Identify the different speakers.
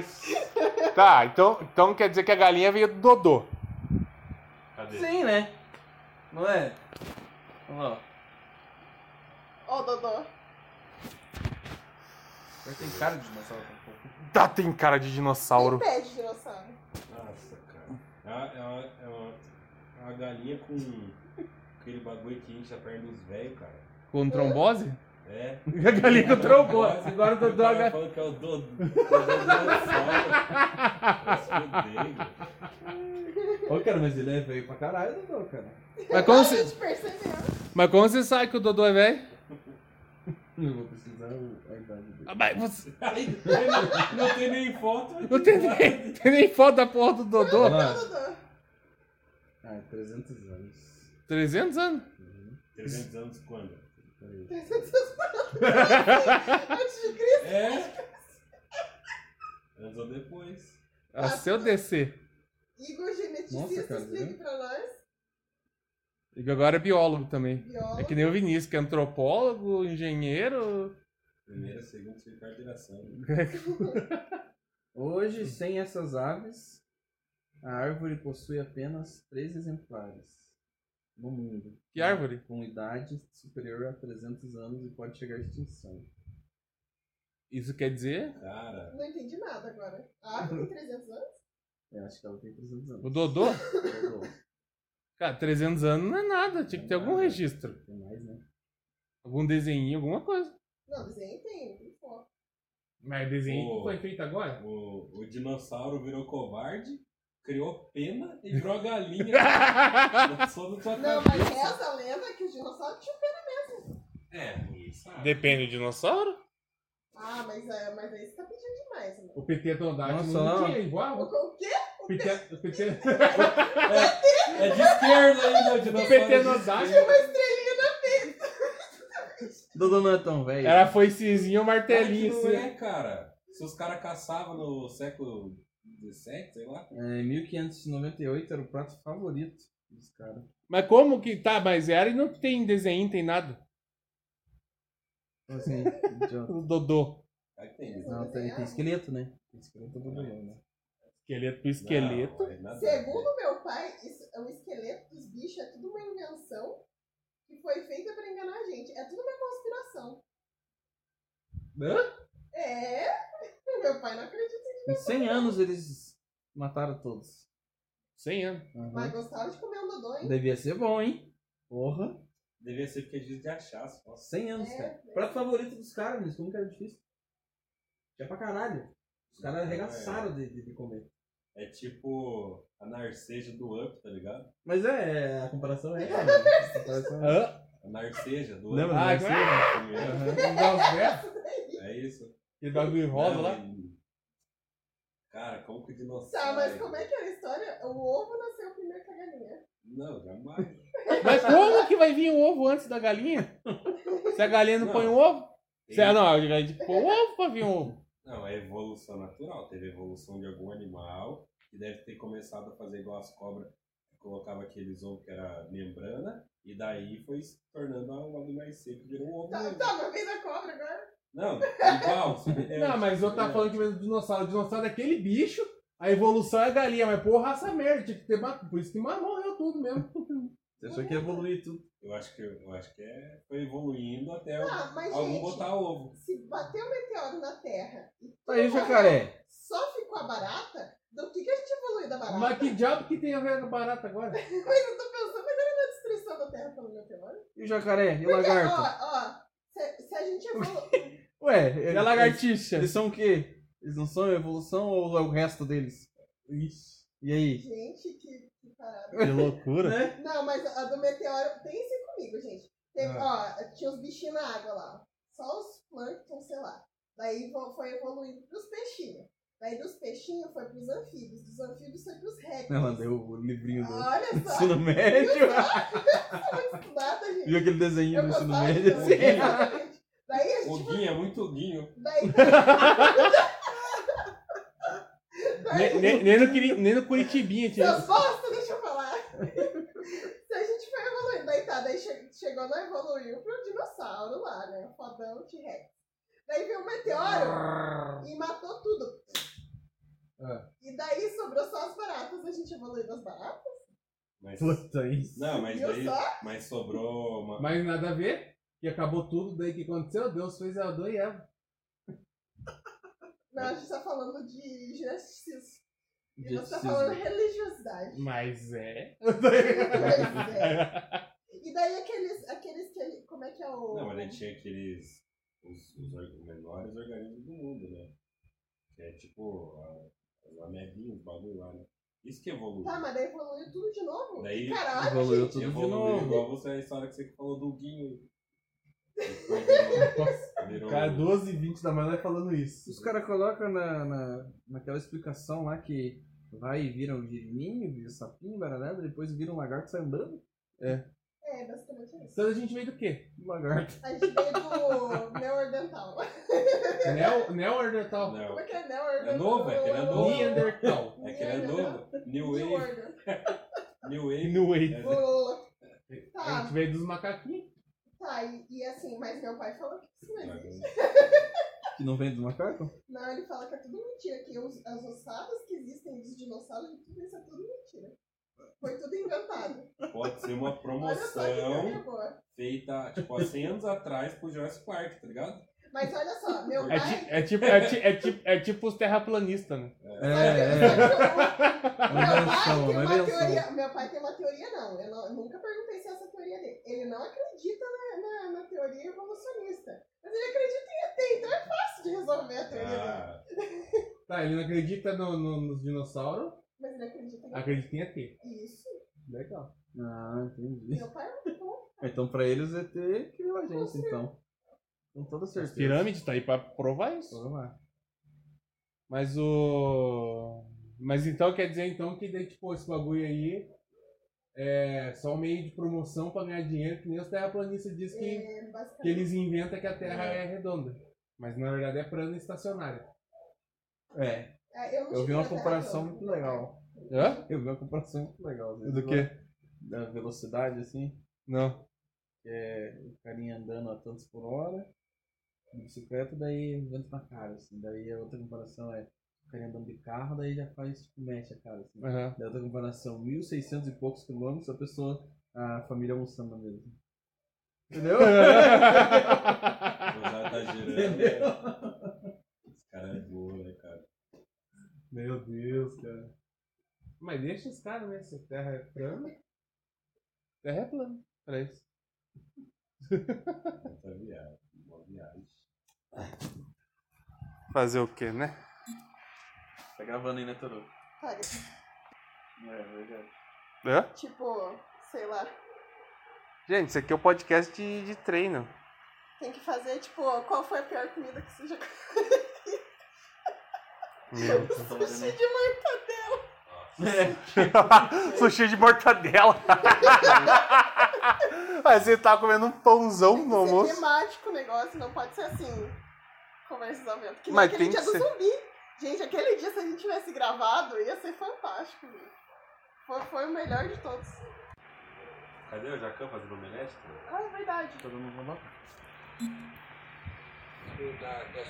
Speaker 1: Paz.
Speaker 2: Tá, então, então quer dizer que a galinha veio do Dodô.
Speaker 3: Cadê?
Speaker 1: Sim, né? Não é? Ó,
Speaker 4: Ô, Dodô.
Speaker 1: agora tem cara de dinossauro.
Speaker 2: Tá, tem cara de dinossauro.
Speaker 4: Tem pé de dinossauro.
Speaker 3: Nossa, cara. É uma, é uma, é uma- é uma galinha com aquele bagulho que enche a perna dos velhos, cara.
Speaker 2: Com trombose?
Speaker 3: É.
Speaker 2: A galinha com trombose. Agora o
Speaker 3: O
Speaker 2: Dodô...
Speaker 3: cara falou que é o Dodô. o Dodô Vai
Speaker 1: Ô, cara, mas ele é veio pra caralho, não, cara.
Speaker 2: Mas como,
Speaker 4: a
Speaker 2: você,
Speaker 4: gente percebeu.
Speaker 2: mas como você sabe que o Dodô é velho?
Speaker 1: Eu vou precisar o- a idade dele.
Speaker 2: Ah, Mas você...
Speaker 3: se fuder, mano. Não tem nem foto.
Speaker 2: Não tem nem, tem nem foto da porra do Dodô.
Speaker 1: Ah.
Speaker 4: Dodô.
Speaker 1: Ah, 300 anos.
Speaker 2: 300 anos?
Speaker 3: 300 anos quando?
Speaker 1: Peraí.
Speaker 4: assim, Antes de Cristo.
Speaker 3: É. Antes ou depois.
Speaker 2: Ah, se eu descer.
Speaker 4: Igor
Speaker 1: Nossa,
Speaker 4: Geneticista,
Speaker 1: cara,
Speaker 4: explique
Speaker 1: né?
Speaker 4: pra nós.
Speaker 2: E agora é biólogo também.
Speaker 4: Biólogo.
Speaker 2: É que nem o Vinícius, que é antropólogo, engenheiro.
Speaker 3: Primeira, segunda, terceira geração.
Speaker 1: Hoje, sem essas aves, a árvore possui apenas três exemplares no mundo.
Speaker 2: Que árvore?
Speaker 1: Com idade superior a 300 anos e pode chegar à extinção.
Speaker 2: Isso quer dizer?
Speaker 3: Cara.
Speaker 4: Não entendi nada agora. A árvore tem 300 anos?
Speaker 1: Eu É, acho que ela tem 300 anos.
Speaker 2: O Dodô?
Speaker 1: Dodô.
Speaker 2: Cara, 300 anos não é nada. Tinha que ter algum registro.
Speaker 1: Tem mais, né?
Speaker 2: Algum desenho, alguma coisa.
Speaker 4: Não, desenho tem. tem foto.
Speaker 2: Mas
Speaker 3: Pô.
Speaker 2: feito agora?
Speaker 3: O, o dinossauro virou covarde, criou pena e virou a galinha. Só na tua
Speaker 4: Não,
Speaker 3: cabeça.
Speaker 4: mas essa lenda que os dinossauros tinham pena mesmo.
Speaker 3: É, ninguém sabe.
Speaker 2: Depende do dinossauro.
Speaker 4: Ah, mas, é, mas aí você tá pedindo demais, mano.
Speaker 2: O é Pterodactyl
Speaker 1: Nossa, não.
Speaker 2: igual.
Speaker 4: O, o quê?
Speaker 2: O Pte- o Pte-
Speaker 3: É de esquerda ainda, o
Speaker 2: o
Speaker 3: dinossauro.
Speaker 2: Pterodactyl
Speaker 4: Uma estrelinha na pena.
Speaker 1: Dodô não é tão velho.
Speaker 2: era foicezinho,
Speaker 3: Aqui
Speaker 2: martelinho.
Speaker 3: não
Speaker 2: assim.
Speaker 3: é, cara. Se os caras caçavam no século XVII, sei lá.
Speaker 1: É, em 1598 era o prato favorito dos caras.
Speaker 2: Mas como que tá? Mas era e não tem desenho, tem nada.
Speaker 1: Então, assim, idiota.
Speaker 2: O Dodô.
Speaker 3: Aí tem. né?
Speaker 1: Não, tem, tem esqueleto, né? Tem esqueleto do Dodô, né?
Speaker 2: Esqueleto pro esqueleto.
Speaker 3: Não, é nada.
Speaker 4: Segundo meu pai, isso, o esqueleto dos bichos é tudo uma invenção que foi feita pra enganar a gente. É tudo uma conspiração.
Speaker 2: Hã?
Speaker 4: É? Meu pai não acredita.
Speaker 1: Em 100 anos eles mataram todos.
Speaker 2: 100 anos.
Speaker 1: Uhum.
Speaker 4: Mas gostava de comer um dodô, hein?
Speaker 1: Devia ser bom, hein? Porra.
Speaker 3: Devia ser porque diz de achaço. Nossa.
Speaker 1: 100 anos,
Speaker 4: É,
Speaker 1: cara.
Speaker 4: né?
Speaker 1: Prato favorito dos caras, mas como que era difícil? Tinha pra caralho. Os caras arregaçaram de, de- de comer.
Speaker 3: É tipo a Narceja do Up, tá ligado?
Speaker 1: Mas é, a comparação é. essa, né? A comparação é.
Speaker 2: Hã?
Speaker 3: A Narceja do Up.
Speaker 1: Lembra da
Speaker 2: Ah,
Speaker 1: Narceja?
Speaker 3: Primeiro. É isso.
Speaker 2: Aquele bagulho rosa
Speaker 3: Não,
Speaker 2: lá.
Speaker 3: e- Cara, como que o dinossauro.
Speaker 4: Tá, mas como é que era a história? O ovo nasceu primeiro que a galinha.
Speaker 3: Não, jamais.
Speaker 2: Mas como que vai vir o ovo antes da galinha? Se a galinha não,
Speaker 3: Não.
Speaker 2: põe o ovo? Se
Speaker 3: Tem-
Speaker 2: ela não, a galinha põe o ovo pra vir o ovo.
Speaker 3: Não, é evolução natural. Teve evolução de algum animal que deve ter começado a fazer igual as cobras, que colocava aqueles ovos que era membrana, e daí foi se tornando um ovo mais seco, virou um ovo
Speaker 4: Tá,
Speaker 3: mesmo.
Speaker 4: tá mas vez a cobra agora.
Speaker 3: Não, igual. semelhante,
Speaker 2: Não, mas eu tava
Speaker 3: semelhante.
Speaker 2: falando que mesmo dinossauro. O dinossauro é aquele bicho, a evolução é a galinha. Mas porra, essa merda, tinha que ter matado. Por isso que mas morreu tudo mesmo.
Speaker 1: Você achou que ia evoluir tudo.
Speaker 3: Eu acho que, eu acho que é, foi evoluindo até
Speaker 4: Ah, mas
Speaker 3: algum
Speaker 4: gente,
Speaker 3: botar ovo.
Speaker 4: se bater um meteoro na Terra e
Speaker 1: Tá aí, jacaré.
Speaker 4: só ficou a barata, do que, que a gente evoluiu da barata?
Speaker 2: Mas que diabo que tem a ver com barata agora?
Speaker 4: Mas eu tô pensando agora na destruição da Terra pelo meteoro.
Speaker 1: E o jacaré? E o
Speaker 4: Porque, ó,
Speaker 1: lagarto?
Speaker 4: é, ó, se, se a gente evoluiu.
Speaker 2: É
Speaker 1: Ué, eles-
Speaker 2: a lagartixa.
Speaker 1: Eles são o quê? Eles não são evolução ou é o resto deles? Ixi. E aí?
Speaker 4: Gente, que, que parada.
Speaker 1: Que loucura.
Speaker 2: Né?
Speaker 4: Não, mas a do meteoro, pensem comigo, gente. Teve, ó, tinha os bichinhos na água lá. Só os plâncton, sei lá. Daí vo- foi evoluindo pros peixinhos. Daí dos peixinhos foi pros anfíbios. Dos anfíbios foi pros répteis.
Speaker 1: Ela deu o livrinho do
Speaker 4: Olha só,
Speaker 1: ensino médio.
Speaker 4: muito estudada, gente.
Speaker 1: Viu aquele desenho do ensino médio
Speaker 4: disso,
Speaker 1: assim?
Speaker 4: gente. Daí a
Speaker 3: O
Speaker 4: gente.
Speaker 3: Guinho é muito Guinho.
Speaker 4: Daí,
Speaker 2: Ne- ne- nem, no, Curi- nem no Curitibinha tinha
Speaker 4: Seus
Speaker 2: isso.
Speaker 4: bosta, deixa eu falar. Se a gente foi evoluindo, daí tá, daí che- chegou, não evoluiu pro dinossauro lá, né? Fodão T-Rex. Daí veio um meteoro e matou tudo.
Speaker 2: Ah.
Speaker 4: E daí sobrou só as baratas. A gente evoluiu das baratas?
Speaker 3: Mas,
Speaker 1: Puta isso.
Speaker 3: não, mas
Speaker 4: Viu
Speaker 3: daí.
Speaker 4: só?
Speaker 3: Mas sobrou uma.
Speaker 2: Mas nada a ver. E acabou tudo, daí o que aconteceu? Deus fez Adão e Eva.
Speaker 4: Não, a gente tá falando de justiça. E você tá
Speaker 2: Cisne.
Speaker 4: falando religiosidade.
Speaker 2: Mas é.
Speaker 4: Pois é. E daí aqueles, aqueles que. ele- Como é que é o.
Speaker 3: Não, mas a
Speaker 1: Uhum.
Speaker 3: gente tinha aqueles. Os, os or- os menores organismos do mundo, né? Que é tipo. A, as amebinhas, os bagulho lá, né? Isso que evoluiu.
Speaker 4: Tá, mas daí evoluiu tudo de novo?
Speaker 3: Daí
Speaker 4: Caralho, gente.
Speaker 1: evoluiu Ah, tudo de
Speaker 3: evoluiu
Speaker 1: novo.
Speaker 3: igual você a história que você falou do Guinho. Virou-
Speaker 2: Cara, 12 e 20 da manhã vai falando isso.
Speaker 1: Os caras colocam na, na, naquela explicação lá que vai e vira um girininho, vira um sapinho, baralhado, depois vira um lagarto sai andando.
Speaker 4: É, basicamente é isso.
Speaker 2: Então a gente veio do quê?
Speaker 1: Um lagarto.
Speaker 4: A gente veio do neordental.
Speaker 2: Neo, Neandertal.
Speaker 3: Não.
Speaker 4: Como é que é neordental?
Speaker 3: É novo, é que ele é novo.
Speaker 2: Neandertal.
Speaker 3: um- É que ele é
Speaker 1: né?
Speaker 3: novo. New
Speaker 4: New
Speaker 3: Wave.
Speaker 4: Order.
Speaker 3: New Wave.
Speaker 2: Inuit.
Speaker 3: É,
Speaker 4: Lula.
Speaker 2: A
Speaker 4: Tá,
Speaker 2: gente veio dos macaquinhos.
Speaker 4: tá. E, e assim, mas meu pai falou que isso
Speaker 3: É.
Speaker 4: não existe.
Speaker 1: Que não vem do macaco?
Speaker 4: Não, ele fala que é tudo mentira, que os, as ossadas que existem dos dinossauros, tudo isso é tudo mentira. Foi tudo inventado.
Speaker 3: Pode ser uma
Speaker 4: Olha só que
Speaker 3: promoção
Speaker 1: né?
Speaker 4: teoria boa.
Speaker 3: feita, tipo, há 100 anos atrás pro Jurassic Park, tá ligado?
Speaker 4: Mas olha só, meu
Speaker 3: É
Speaker 4: pai.
Speaker 3: ti-
Speaker 2: É tipo, é, ti- é tipo, é tipo os terraplanistas, né?
Speaker 1: É, é. É uma
Speaker 4: Meu pai, tem
Speaker 1: invenção, é uma
Speaker 4: uma
Speaker 1: invenção.
Speaker 4: teoria, meu pai tem uma teoria, não. Eu, não- eu nunca perguntei se é essa teoria dele. Ele não acredita na, na- na teoria evolucionista. Mas ele acredita em ET, então é fácil de resolver a teoria dele.
Speaker 3: Ah,
Speaker 2: Tá, ele não acredita no, no- nos dinossauros,
Speaker 4: Mas ele acredita em
Speaker 2: acredita em ET.
Speaker 4: isso.
Speaker 2: Legal.
Speaker 1: Ah, entendi.
Speaker 4: Meu pai é muito bom.
Speaker 1: Então pra eles o ET criou a gente, então. Com toda certeza.
Speaker 2: Pirâmide tá aí pra provar isso.
Speaker 1: Vamos lá.
Speaker 2: Mas o. Mas então quer dizer então que daí, tipo, esse bagulho aí é só um meio de promoção pra ganhar dinheiro, que nem os terraplanistas dizem que,
Speaker 4: É,
Speaker 2: que
Speaker 4: basicamente.
Speaker 2: eles inventam que a terra é redonda. Mas na verdade é plana e estacionária.
Speaker 1: É,
Speaker 4: Ah, não
Speaker 1: eu vi
Speaker 4: cheguei
Speaker 1: uma
Speaker 4: até
Speaker 1: comparação
Speaker 4: agora.
Speaker 1: muito legal.
Speaker 2: Hã?
Speaker 1: Eu vi uma comparação muito legal. às vezes,
Speaker 2: Do quê?
Speaker 1: Da velocidade, assim.
Speaker 2: Não.
Speaker 1: o carinha andando a tantos por hora de bicicleta, daí o vento na cara, assim. Daí a outra comparação é o carinha andando de carro, daí já faz, tipo, mexe a cara, assim.
Speaker 2: Aham.
Speaker 1: Daí outra comparação, 1.600 e poucos quilômetros, a pessoa, a família almoçando na mesa. Entendeu?
Speaker 3: o Jota tá girando. né? Esse cara é boa, né, cara?
Speaker 2: Meu Deus, cara. Mas deixa os caras, né? Se a terra é plana. Terra é plana. Pra isso.
Speaker 3: Puta viagem. Boa viagem.
Speaker 2: Fazer o quê, né?
Speaker 1: tá gravando aí, né, Toru?
Speaker 4: Cara,
Speaker 1: É, verdade.
Speaker 2: Hã?
Speaker 4: tipo, sei lá.
Speaker 2: Gente, isso aqui é o podcast de, de treino.
Speaker 4: Tem que fazer, tipo, qual foi a pior comida que você já comeu?
Speaker 2: Meu
Speaker 4: Sushi de
Speaker 2: Sushi de mortadela. Mas você tá comendo um pãozão no
Speaker 4: Tem que ser
Speaker 2: almoço.
Speaker 4: temático o negócio, não pode ser assim. Conversas ao vento. Que nem
Speaker 2: Mas
Speaker 4: aquele
Speaker 2: tem
Speaker 4: dia
Speaker 2: que
Speaker 4: do
Speaker 2: ser.
Speaker 4: zumbi. Gente, aquele dia, se a gente tivesse gravado, ia ser fantástico. viu? Foi, foi o melhor de todos.
Speaker 3: Cadê o Jacan fazendo omelete?
Speaker 4: Ah, é verdade.
Speaker 1: Todo mundo vai lá.
Speaker 3: Da, das